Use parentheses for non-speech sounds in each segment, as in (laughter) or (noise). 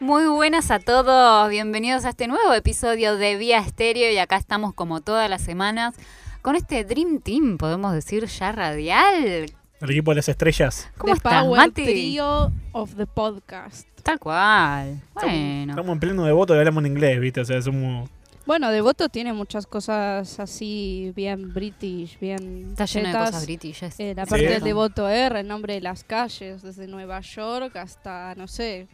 Muy buenas a todos, bienvenidos a este nuevo episodio de Vía Estéreo y acá estamos como todas las semanas con este Dream Team, podemos decir ya radial. El equipo de las estrellas. ¿Cómo the estás, Power Mati? Trio of the Podcast. Tal cual. Bueno, Estamos en pleno de voto y hablamos en inglés, ¿viste? O sea, somos. Bueno, Devoto tiene muchas cosas así, bien british, bien. está lleno de chetas. cosas britillas. Eh, la Sí. parte del Devoto R, el nombre de las calles, desde Nueva York hasta, no sé,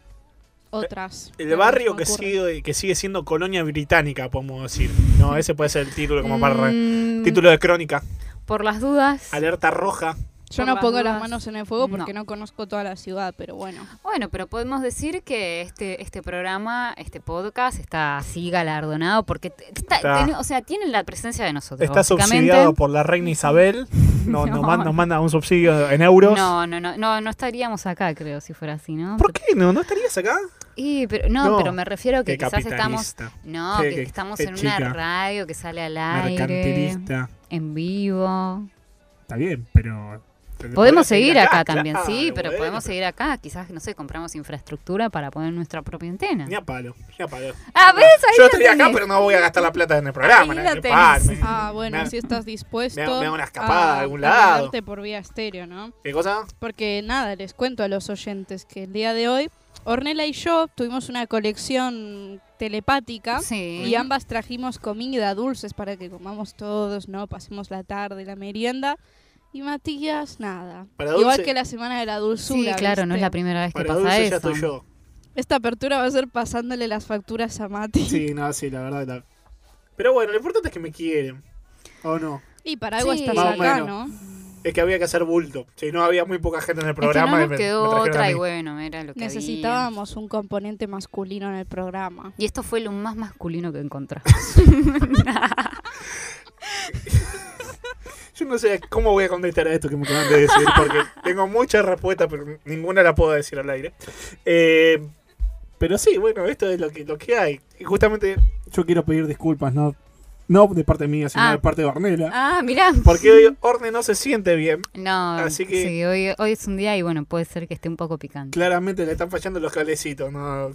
otras. Eh, El barrio No que me ocurre. sigue, que sigue siendo colonia británica, podemos decir. (laughs) No, ese puede ser el título como para. re- Mm, Título de crónica. Por las dudas. Alerta roja. Yo por no las pongo dudas. las manos en el fuego porque No. no. conozco toda la ciudad, pero bueno. Bueno, pero podemos decir que este, este programa, este podcast, está así galardonado porque t- está- Está. ten- o sea, tiene la presencia de nosotros. Está básicamente. subsidiado por la reina Isabel. (laughs) No, No. Nos, manda, nos manda un subsidio en euros. No, no, no, no, no estaríamos acá, creo, si fuera así, ¿no? ¿Por qué no? ¿No estarías acá? Y, pero, no, No. pero me refiero que Qué quizás estamos, capitalista. no, Qué- que, qué- estamos qué en una chica. radio que sale al aire, Mercantilista. en vivo. Está bien, pero. Podemos seguir acá, también, sí, pero podemos podemos seguir acá. Quizás, no sé, compramos infraestructura para poner nuestra propia antena. Ni a palo, ni a palo. Ah, ¿ves? Ahí Yo lo estaría acá, tenés. pero no voy a gastar la plata en el programa. Ahí ¿no? lo Que tenés. parme. Ah, bueno, Me- si estás dispuesto. me hago una escapada de algún lado. mandarte por vía estéreo, ¿no? ¿Qué cosa? Porque nada, les cuento a los oyentes que el día de hoy Ornella y yo tuvimos una colección telepática Sí. y ambas trajimos comida, dulces para que comamos todos, ¿no? Pasemos la tarde, la merienda. Y Matías, nada. Para Igual dulce- que la semana de la Sí, dulzura. claro, no es la ¿viste? primera vez que Para pasa dulce ya eso. Este, estoy yo. Esta apertura va a ser pasándole las facturas a Mati. Sí, no, sí, la verdad. la- Pero bueno, lo importante es que me quieren. ¿O no? (laughs) Y para algo Sí. estás Más o acá, menos. ¿no? Es que había que hacer bulto. Si no, había muy poca gente en el Es que no programa. y nos me- quedó me trajeron a otra y mí. bueno, era lo que había. Necesitábamos un componente masculino en (laughs) el programa. Y esto fue lo más masculino que encontré. Yo no sé cómo voy a contestar a esto que me acaban de decir, (laughs) porque tengo muchas respuestas, pero ninguna la puedo decir al aire. Eh, pero sí, bueno, esto es lo que, lo que hay. Y justamente yo quiero pedir disculpas, no, no de parte mía, sino Ah. de parte de Ornella. ah, mirá. Porque hoy Orne no se siente bien. No, Así que- sí, hoy, hoy es un día y bueno, puede ser que esté un poco picante. Claramente le están fallando los calecitos, ¿no?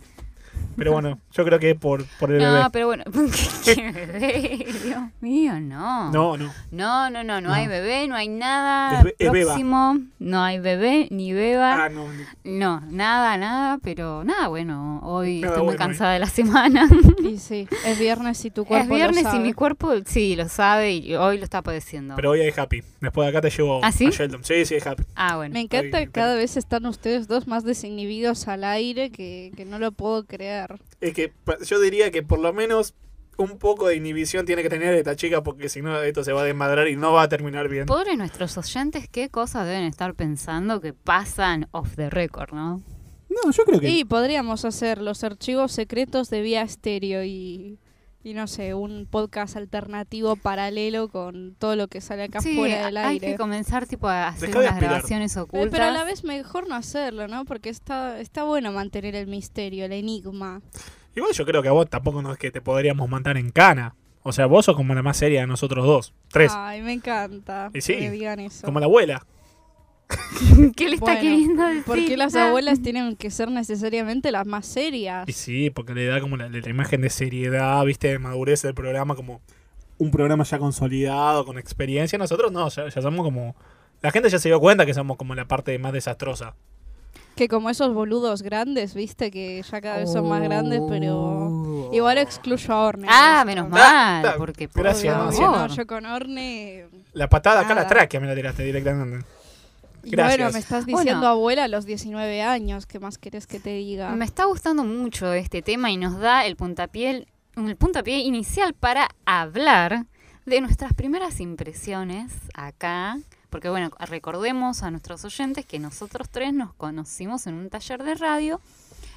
Pero bueno, yo creo que por, por el bebé. No, pero bueno, (laughs) ¿qué bebé? Dios mío, no. No, no. No, no, no, no hay No. bebé, no hay nada. Es be- es beba. próximo, no hay bebé ni beba. Ah, no. No, nada, nada, pero nada, bueno, hoy Nada estoy muy bueno hoy. cansada de la (laughs) semana. Y sí, es viernes y tu cuerpo Es viernes lo sabe. y mi cuerpo, sí, lo sabe y hoy lo está padeciendo. Pero hoy hay happy. Después de acá te llevo ¿Ah, sí? a Sheldon. Sí, sí, hay happy. ah, bueno. Me encanta Ay, que cada vez están ustedes dos más desinhibidos al aire que, que no lo puedo creer. Es que pa- yo diría que por lo menos un poco de inhibición tiene que tener esta chica porque si no esto se va a desmadrar y no va a terminar bien. Pobres nuestros oyentes, qué cosas deben estar pensando que pasan off the record, ¿no? No, yo creo Y podríamos hacer los archivos secretos de vía estéreo y, y no sé, un podcast alternativo paralelo con todo lo que sale acá sí, fuera del hay aire. que comenzar tipo a hacer Dejá de unas aspirar. grabaciones Eh, ocultas. Pero a la vez mejor no hacerlo, ¿no? Porque está, está bueno mantener el misterio, el enigma. Igual yo creo que a vos tampoco no es que te podríamos mandar en cana. O sea, vos sos como la más seria de nosotros dos. Tres. Ay, me encanta Y sí, que me digan eso. Como la abuela. ¿Qué le está Bueno, queriendo decir? ¿Por qué las Ah. abuelas tienen que ser necesariamente las más serias? Y sí, porque le da como la, la imagen de seriedad, viste, de madurez del programa, como un programa ya consolidado, con experiencia. Nosotros no, ya, ya somos como... La gente ya se dio cuenta que somos como la parte más desastrosa. Que como esos boludos grandes, viste, que ya cada vez son más grandes, pero... Oh. Igual excluyo a Orne. Ah, ¿no? menos Ah, mal, ah, porque por gracias, favor. gracias. No, yo con Orne... La patada acá a la Nada. tráquea me la tiraste directamente. Y Gracias. bueno, me estás Bueno. diciendo abuela a los 19 años, ¿qué más querés que te diga? (laughs) Me está gustando mucho este tema y nos da el puntapié, el puntapié inicial para hablar de nuestras primeras impresiones acá. Porque bueno, recordemos a nuestros oyentes que nosotros tres nos conocimos en un taller de radio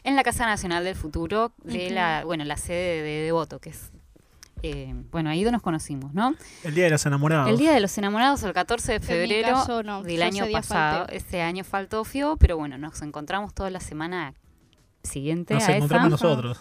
en la Casa Nacional del Futuro, de Ujú. la, bueno, la sede de Devoto, que es, eh, bueno, ahí nos conocimos, ¿no? El día de los enamorados. El Día de los Enamorados, el 14 de En mi febrero caso, no, del yo año ese día pasado. falté. Este año faltó Fio, pero bueno, nos encontramos toda la semana siguiente Nos a esa. encontramos nosotros.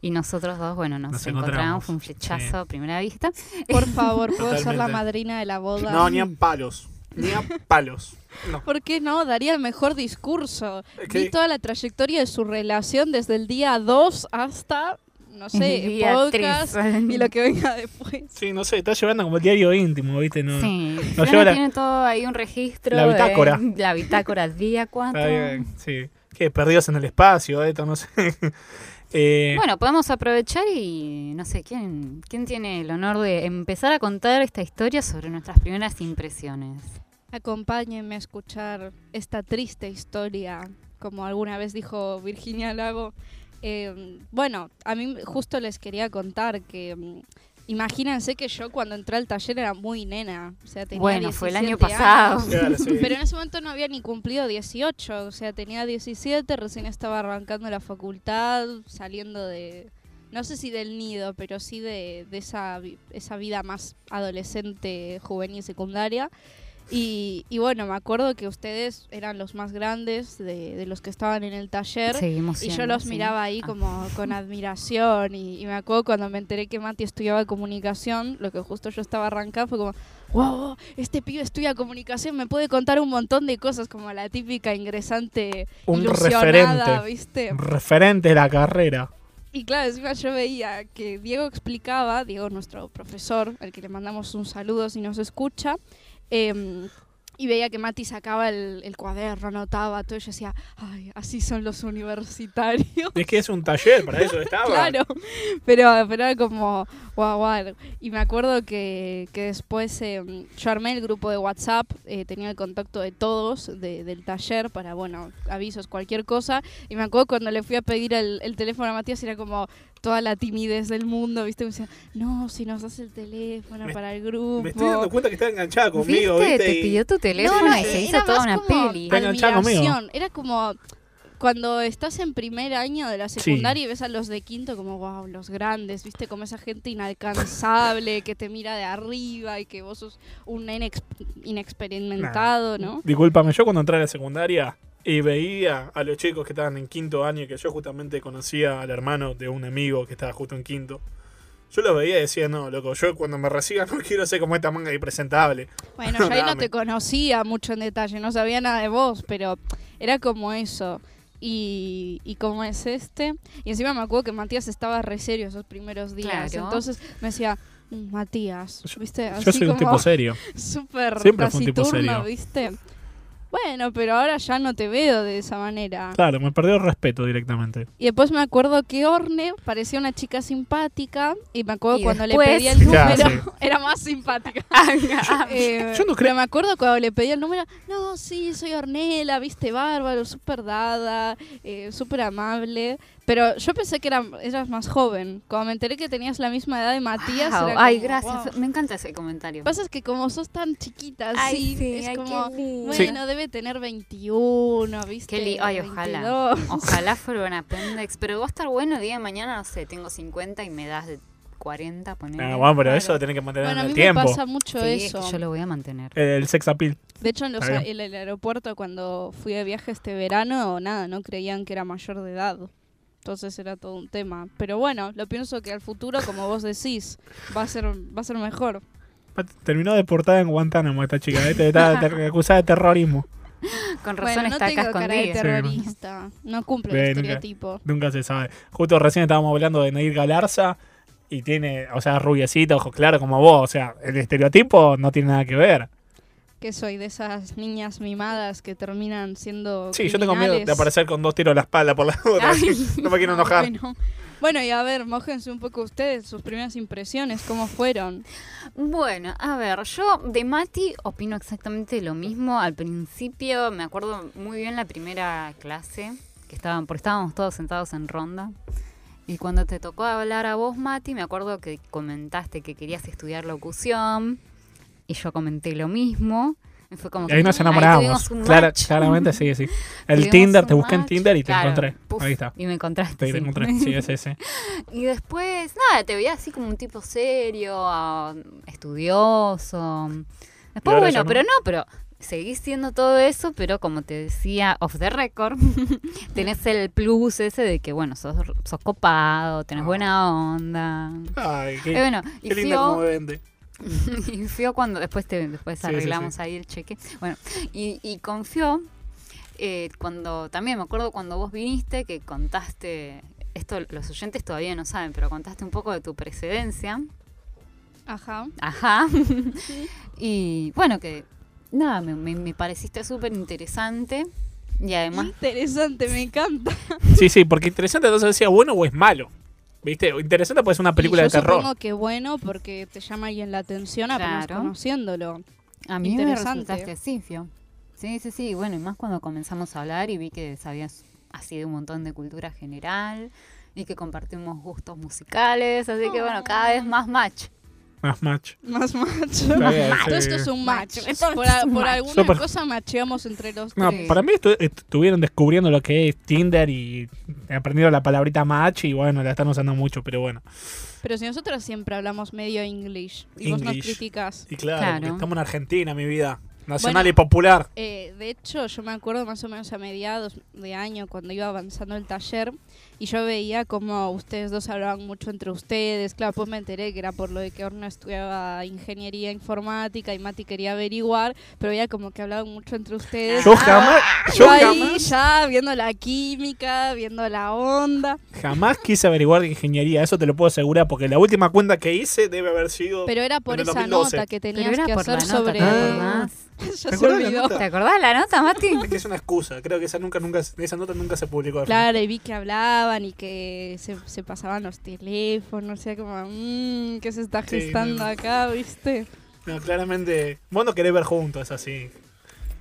Y nosotros dos, bueno, nos, Nos encontramos. encontramos, Fue un flechazo a primera vista. Por favor, ¿puedo ser la Totalmente. madrina de la boda? No, ni a palos. Ni a palos. No. ¿Por qué no? Daría el mejor discurso. Es que- Vi toda la trayectoria de su relación desde el día 2 hasta, (laughs) no El sé, día podcast tres. y lo que venga después. Sí, no sé, está llevando como el diario íntimo, ¿viste? No. Sí, No, Flor yo la- tiene todo ahí un registro. La de- bitácora. la bitácora, el día cuatro. Está bien, sí. Que perdidos en el espacio, esto, no sé. (laughs) Eh, Bueno, podemos aprovechar y no sé quién quién tiene el honor de empezar a contar esta historia sobre nuestras primeras impresiones. Acompáñenme a escuchar esta triste historia, como alguna vez dijo Virginia Lago. Eh, bueno, a mí justo les quería contar que mm, imagínense que yo cuando entré al taller era muy nena. O sea, tenía bueno, fue el año 17 pasado. años. claro, sí. Pero en ese momento no había ni cumplido 18, o sea, tenía 17, recién estaba arrancando la facultad, saliendo de, no sé si del nido, pero sí de, de esa, vi- esa vida más adolescente, juvenil, secundaria. Y, y bueno, me acuerdo que ustedes eran los más grandes de, de los que estaban en el taller. Seguimos Y yo siendo, los sí. miraba ahí Ah. como con admiración y, y me acuerdo cuando me enteré que Mati estudiaba comunicación, lo que justo yo estaba arrancando fue como, wow, este pibe estudia comunicación, me puede contar un montón de cosas como la típica ingresante un ilusionada, referente. ¿viste? Un referente de la carrera. Y claro, encima yo veía que Diego explicaba, Diego nuestro profesor, al que le mandamos un saludo si nos escucha, em, y veía que Mati sacaba el, el cuaderno, anotaba todo, y yo decía, ay, así son los universitarios. Es que es un taller, para eso estaba. Claro, pero, pero era como guau, guau. Y me acuerdo que, que después eh, yo armé el grupo de WhatsApp, eh, tenía el contacto de todos de- del taller para, bueno, avisos, cualquier cosa. Y me acuerdo cuando le fui a pedir el, el teléfono a Matías, era como toda la timidez del mundo, ¿viste? Me decía, no, si nos das el teléfono Me- para el grupo. Me estoy dando cuenta que está enganchada conmigo, ¿Viste? ¿viste? Te Y- pidió tu teléfono no, y se eh, hizo era toda más una como peli. (laughs) Está enganchada conmigo. admiración. Era como cuando estás en primer año de la secundaria y ves a los de quinto como, wow, los grandes, viste, como esa gente inalcanzable que te mira de arriba y que vos sos un nene ex- inexperimentado, ¿no? Discúlpame, yo cuando entré a la secundaria y veía a los chicos que estaban en quinto año, que yo justamente conocía al hermano de un amigo que estaba justo en quinto. Yo los veía y decía, no, loco, yo cuando me reciba no (laughs) quiero ser como esta manga de impresentable. (laughs) Bueno, yo ahí no Dame. te conocía mucho en detalle, no sabía nada de vos, pero era como eso. Y, y como es este. Y encima me acuerdo que Matías estaba re serio esos primeros días. Claro. Entonces me decía, "Mm, Matías, Yo- ¿viste? Así yo soy un como- tipo serio. súper Siempre fue un tipo serio. taciturno, ¿viste? Bueno, pero ahora ya no te veo de esa manera. Claro, me perdió el respeto directamente. Y después me acuerdo que Orne parecía una chica simpática y me acuerdo Y cuando después- (laughs) le pedía el Ya, número, sí. (laughs) era más simpática. (laughs) Eh, yo no creo- pero me acuerdo cuando le pedía el número, no, sí, soy Ornella, viste, bárbaro, súper dada, eh, súper amable. Pero yo pensé que era, eras más joven. Cuando me enteré que tenías la misma edad de Matías, Wow, era Ay, como, gracias. wow. Me encanta ese comentario. Lo que pasa es que como sos tan chiquita, Ay, Ah, sí, sí, es ay, qué como, lindo. bueno, Sí. debe tener 21, ¿viste? Qué li- Ay, ojalá. 22. (laughs) Ojalá fuera un appendix. Pero va a estar bueno el día de mañana, no sé, tengo 50 y me das de 40, poner. Ah, bueno, pero Claro. eso lo tenés que mantener Bueno, a en mí el me tiempo. pasa mucho eso. yo lo voy a (laughs) mantener. El sex appeal. De hecho, en, los- Está bien. en el aeropuerto cuando fui de viaje este verano, nada, no creían que era mayor de edad. Entonces era todo un tema. Pero bueno, lo pienso que al futuro, como vos decís, va a ser, va a ser mejor. Terminó deportada en Guantánamo esta chica, ¿viste? (laughs) Está ter- acusada de terrorismo. Con razón Bueno, no está tengo acá cara de escondida. Sí, bueno. terrorista. No cumple Ve, el nunca. estereotipo. Nunca se sabe. Justo recién estábamos hablando de Nair Galarza y tiene, o sea, rubiecita, ojos claros como vos. O sea, el estereotipo no tiene nada que ver. Que soy de esas niñas mimadas que terminan siendo Sí, yo tengo miedo de criminales. aparecer con dos tiros a la espalda por la duda. Ay. (laughs) no me quiero Ah, enojar. (laughs) Bueno. Bueno, y a ver, mojense un poco ustedes, sus primeras impresiones, ¿cómo fueron? Bueno, a ver, yo de Mati opino exactamente lo mismo. Al principio me acuerdo muy bien la primera clase, que estaban, porque estábamos todos sentados en ronda. Y cuando te tocó hablar a vos, Mati, me acuerdo que comentaste que querías estudiar locución. Y yo comenté lo mismo. Y fue como "Ah, Y ahí nos ahí tuvimos enamoramos. un Clara- match. claramente, sí, sí. El Tuvimos Tinder, un te busqué en match. Tinder y te Claro, encontré. puf, Ahí está. Y me encontraste. Te sí. encontré. (laughs) Sí, ese, ese. Y después, nada, te veía así como un tipo serio, ah, estudioso. Y Después, ahora bueno, ya no. pero no, pero seguís siendo todo eso, pero como te decía, off the record, (laughs) tenés el plus ese de que, bueno, sos, sos copado, tenés Ah. buena onda. Ay, Y qué, bueno, y Eh, qué lindo Fio- como vende. (laughs) y Fio cuando después te después Sí, sí, arreglamos ahí el cheque. Bueno, y, y con Fio, eh, cuando también me acuerdo cuando vos viniste que contaste, esto los oyentes todavía no saben, pero contaste un poco de tu precedencia. Ajá. Ajá. (laughs) y bueno, que nada, me, me- me pareciste súper interesante. Y además, Interesante, me encanta. Sí, sí, porque interesante entonces decía bueno o es malo. ¿Viste? O Interesante puede ser una película Y de yo terror. supongo que bueno porque te llama alguien la atención apenas Claro. conociéndolo. a mí me Interesante. resultaste así, Fio. Sí, sí, sí. Bueno, y más cuando comenzamos a hablar y vi que sabías así de un montón de cultura general y que compartimos gustos musicales. Así que bueno, cada vez más match. Más macho. Más macho. Está bien, Todo sí. esto es un match. Macho, esto por es a- un por match. alguna Súper. cosa macheamos entre los No, tres. para mí estu- estuvieron descubriendo lo que es Tinder y aprendieron la palabrita match y bueno, la están usando mucho, pero bueno. Pero si nosotros siempre hablamos medio English y vos nos English. criticas. Y claro, Claro. porque estamos en Argentina, mi vida. Nacional Bueno. y popular. Eh, de hecho, yo me acuerdo más o menos a mediados de año cuando iba avanzando el taller y yo veía como ustedes dos hablaban mucho entre ustedes. Claro, pues me enteré que era por lo de que Orna estudiaba ingeniería informática y Mati quería averiguar, pero veía como que hablaban mucho entre ustedes. Yo jamás, yo Yo ahí jamás, ya viendo la química, viendo la onda. jamás quise averiguar de ingeniería, eso te lo puedo asegurar, porque la última cuenta que hice debe haber sido... Pero era por En el esa 2012. nota que tenías pero era que por la hacer nota, sobre. ¿te (laughs) Ah. acordás? Ya ¿Te se acuerdas de la olvidó. nota? ¿Te acordás la nota, Mati? Es que es una excusa, creo que esa, nunca, nunca, esa nota nunca se publicó. al final. Claro, y vi que hablaban y que se, se pasaban los teléfonos, o sea, como, mmm, ¿qué se está Sí, gestando no. acá, viste? No, claramente, vos no querés ver juntos, es así.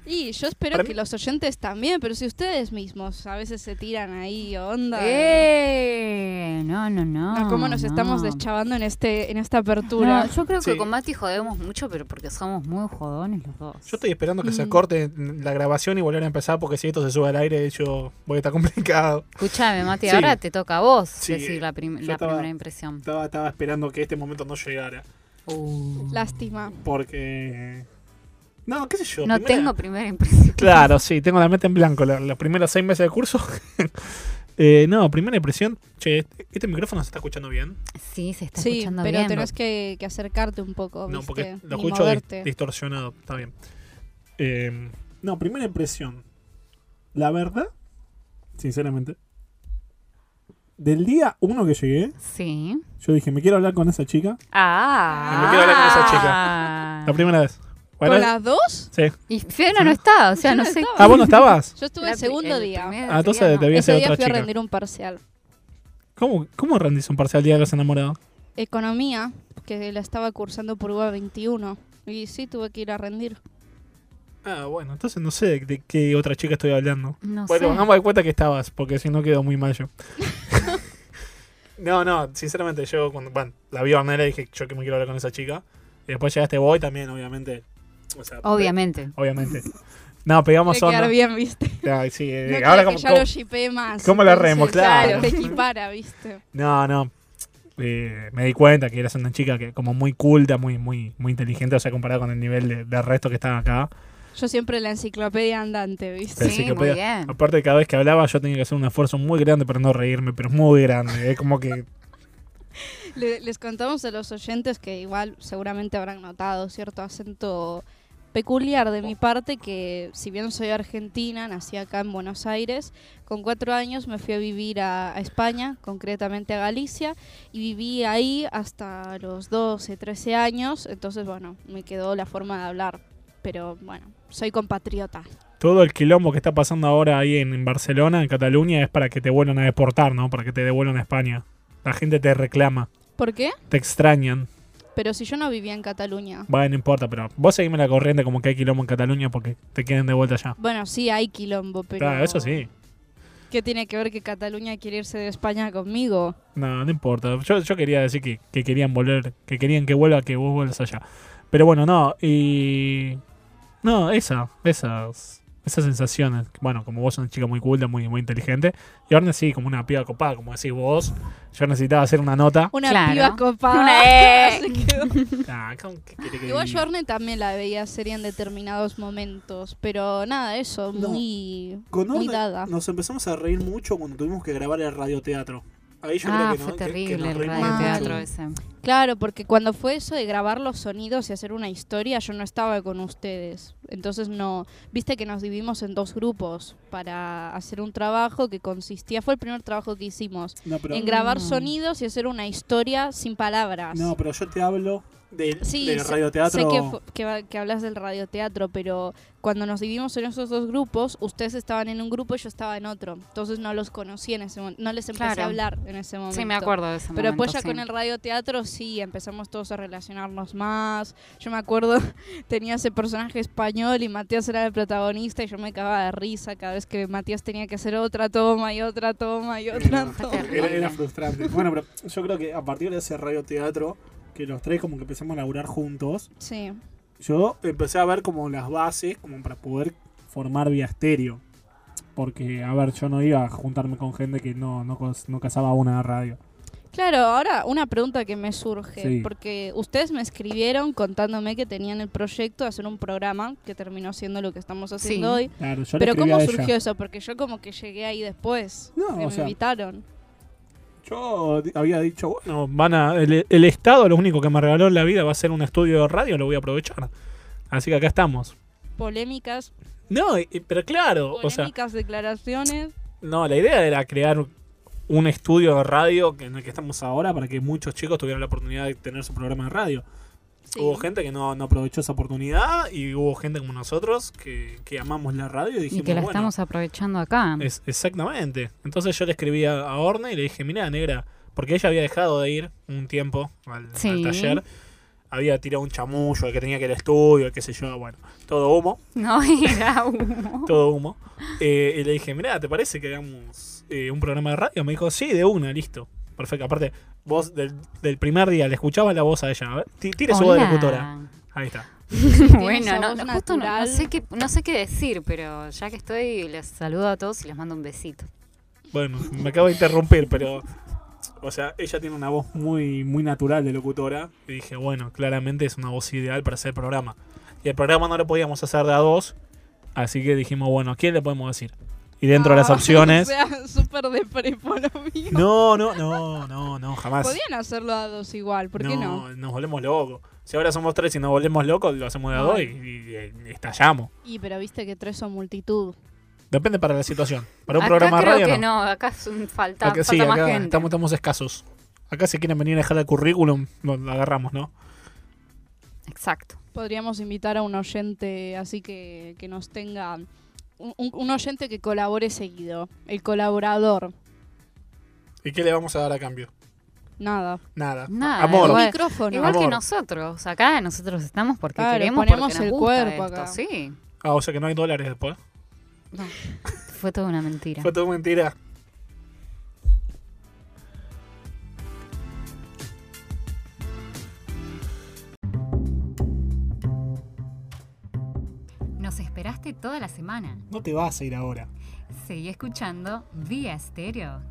Y yo espero Para que mí- los oyentes también, pero si ustedes mismos a veces se tiran ahí, (laughs) onda. ¡Eh! No, no, no. No, ¿Cómo nos estamos deschavando? deschavando en este en esta apertura? No, yo creo Sí. que con Mati jodemos mucho, pero porque somos muy jodones los dos. Yo estoy esperando que se Mm. corte la grabación y volver a empezar, porque si esto se sube al aire, yo voy a estar (laughs) complicado. Escuchame, Mati, Sí. ahora te toca a vos Sí, decir la, prim- yo la estaba- primera impresión. Estaba, estaba esperando que este momento no llegara, Lástima. porque... No, qué sé yo. no primera- tengo primera impresión. (laughs) Claro, sí, tengo la mente en blanco la- los primeros seis meses de curso. (laughs) Eh, no, primera impresión. Che, ¿este micrófono se está escuchando bien? Sí, se está Sí, escuchando pero bien. tenés que, que acercarte un poco, Oh, ¿viste? No, porque lo Ni escucho di- moverte. distorsionado. Está bien. Eh, no, primera impresión. La verdad, sinceramente, del día uno que llegué, Sí. yo dije, me quiero hablar con esa chica. Ah. Me quiero hablar con esa La chica. primera vez. Bueno, ¿Con las dos? (laughs) sí. Ah. Y Fiona no está, o sea, no sé. Ah, ¿vos no estabas? Yo estuve La el pri- segundo el día. primer Ah, entonces día no. debía- Voy a (laughs) Ese hacer día otra fui chica. a rendir un parcial. ¿Cómo, cómo rendís un parcial día de los enamorados? economía, que la estaba cursando por UBA 21. Y sí, tuve que ir a rendir. Ah, bueno, entonces no sé de- de qué otra chica estoy hablando. No Bueno, sé. pongamos de cuenta que estabas, porque si no quedó muy mal (laughs) yo. no, no, sinceramente yo cuando bueno, la vi a Ornella y dije yo que me quiero hablar con esa chica. Y después llegaste vos y también, obviamente. o sea, Obviamente. pe- obviamente. No, pegamos De quedar onda. bien, viste. Ah, sí, eh, ahora No queda que como, ya lo shipeé más. cómo la remo? entonces, ya Claro. Te equipara, viste. No, no. Eh, me di cuenta que eras una chica que como muy culta, muy, muy, muy inteligente, o sea, comparada con el nivel de, de resto que estaban acá. Yo siempre la enciclopedia andante, viste. Pero Sí, sí que muy podía- bien. Aparte, cada vez que hablaba yo tenía que hacer un esfuerzo muy grande para no reírme, pero muy grande. Es como que Le- les contamos a los oyentes que igual seguramente habrán notado cierto acento peculiar de mi parte que si bien soy argentina, nací acá en Buenos Aires, con cuatro años me fui a vivir a, a España, concretamente a Galicia, y viví ahí hasta los 12, 13 años, entonces bueno, me quedó la forma de hablar, pero bueno, soy compatriota. todo el quilombo que está pasando ahora ahí en, en Barcelona, en Cataluña, es para que te vuelvan a deportar, ¿no? Para que te devuelvan a España. La gente te reclama, ¿Por qué? te extrañan. Pero si yo no vivía en Cataluña. Bueno, no importa, pero vos seguime la corriente como que hay quilombo en Cataluña porque te quieren de vuelta allá. Bueno, sí hay quilombo, pero... Claro, eso sí. ¿Qué tiene que ver que Cataluña quiere irse de España conmigo? No, no importa. Yo, yo quería decir que, que querían volver, que querían que vuelva, que vos vuelvas allá. Pero bueno, no, y... No, esa, esas, esas sensaciones. Bueno, como vos sos una chica muy culta, muy, muy inteligente. Y ahora sí, como una piba copada, como decís vos. Yo necesitaba hacer una (laughs) nota. Una Claro. piba copada. Una, (laughs) eh. Se quedó. Ah, ¿con qué quiere que Igual yo diga? a Orne también la veía serie en determinados momentos, pero nada, eso, No. muy, Con muy Orne dada. nos empezamos a reír mucho cuando tuvimos que grabar el radioteatro. Ahí yo ah, creo que fue no, que- que terrible nos el reímos radioteatro mucho. ese. Claro, porque cuando fue eso de grabar los sonidos y hacer una historia, yo no estaba con ustedes. Entonces no, viste que nos dividimos en dos grupos para hacer un trabajo que consistía, fue el primer trabajo que hicimos, No pero, en grabar Mm. sonidos y hacer una historia sin palabras. no, pero yo te hablo del, Sí, del sé- radioteatro. Sé que, fu- que, va- que hablas del radioteatro, pero cuando nos dividimos en esos dos grupos, ustedes estaban en un grupo y yo estaba en otro. Entonces no los conocí en ese momento, no les empecé Claro. a hablar en ese momento. Sí, me acuerdo de ese Pero después momento, ya sí. con el radioteatro sí, empezamos todos a relacionarnos más. Yo me acuerdo, (laughs) tenía ese personaje español y Matías era el protagonista y yo me cagaba de risa cada vez que Matías tenía que hacer otra toma y otra toma y otra No, toma. era, era frustrante. Bueno, pero yo creo que a partir de ese radioteatro, que los tres como que empezamos a laburar juntos, Sí, yo empecé a ver como las bases como para poder formar vía estéreo. Porque, a ver, yo no iba a juntarme con gente que no, no, cos- no cazaba una radio. Claro, ahora una pregunta que me surge, Sí. porque ustedes me escribieron contándome que tenían el proyecto de hacer un programa que terminó siendo lo que estamos haciendo Sí. hoy. Claro, yo le Pero escribí ¿cómo a ella. surgió eso? Porque yo como que llegué ahí después, No, que o me sea- invitaron. Yo di- había dicho, No, van a, el, el Estado lo único que me regaló en la vida va a ser un estudio de radio, lo voy a aprovechar. Así que acá estamos. Polémicas, No, y- y- pero claro, o sea, polémicas declaraciones. no, la idea era crear un estudio de radio que- en el que estamos ahora para que muchos chicos tuvieran la oportunidad de tener su programa de radio. Sí. (laughs) Hubo Gente que no, no aprovechó esa oportunidad y hubo gente como nosotros que, que amamos la radio y Y dijimos, que la bueno, estamos aprovechando acá. Es- exactamente. Entonces yo le escribí a, a Orne y le dije, mira, negra, porque ella había dejado de ir un tiempo al, al Sí. taller. Había tirado un chamullo de que tenía que ir al estudio, qué sé yo, bueno, todo humo, No (laughs) era humo. todo humo. Eh, y le dije, mira, ¿te parece que hagamos eh, un programa de radio? Me dijo, sí, de una, listo. Perfecto. Aparte, vos del, del primer día le escuchabas la voz a ella. A ver, ti- Tire su voz de Hola. locutora. Ahí está. bueno, esa no, voz no, justo no, no natural. (laughs) sé qué, no sé qué decir, pero ya que estoy, les saludo a todos y les mando un besito. Bueno, me acabo de interrumpir, pero o sea, ella tiene una voz muy, muy natural de locutora. Y dije, bueno, claramente es una voz ideal para hacer el programa. Y el programa no lo podíamos hacer de a dos, así que dijimos, bueno, ¿a quién le podemos decir? Y dentro de las Ah, opciones... (laughs) O sea, súper de prepo lo mío. No, no, no, no, no, jamás. Podían hacerlo a dos igual, ¿por qué no? Nos volvemos locos. Si ahora somos tres y nos volvemos locos, lo hacemos de a dos y, y- y estallamos. Y pero viste que tres son multitud. Depende para la situación. Para un acá programa de creo radio que no. no. acá es un- falta, Acá- sí, falta más acá gente. estamos, estamos escasos. Acá si quieren venir a dejar el currículum, lo lo agarramos, ¿no? Exacto. Podríamos invitar a un oyente así que, que nos tenga. Un, un- un oyente que colabore seguido. El colaborador. ¿Y qué le vamos a dar a cambio? Nada. Nada. Nada, Amor. igual- Micrófono. Igual que Amor. nosotros, acá nosotros estamos porque Claro, queremos, ponemos porque nos el gusta cuerpo esto, acá. sí. Ah, o sea que no hay dólares después. No, fue toda una mentira. Fue todo mentira. Nos esperaste toda la semana. No te vas a ir ahora. Seguí escuchando Vía Estéreo.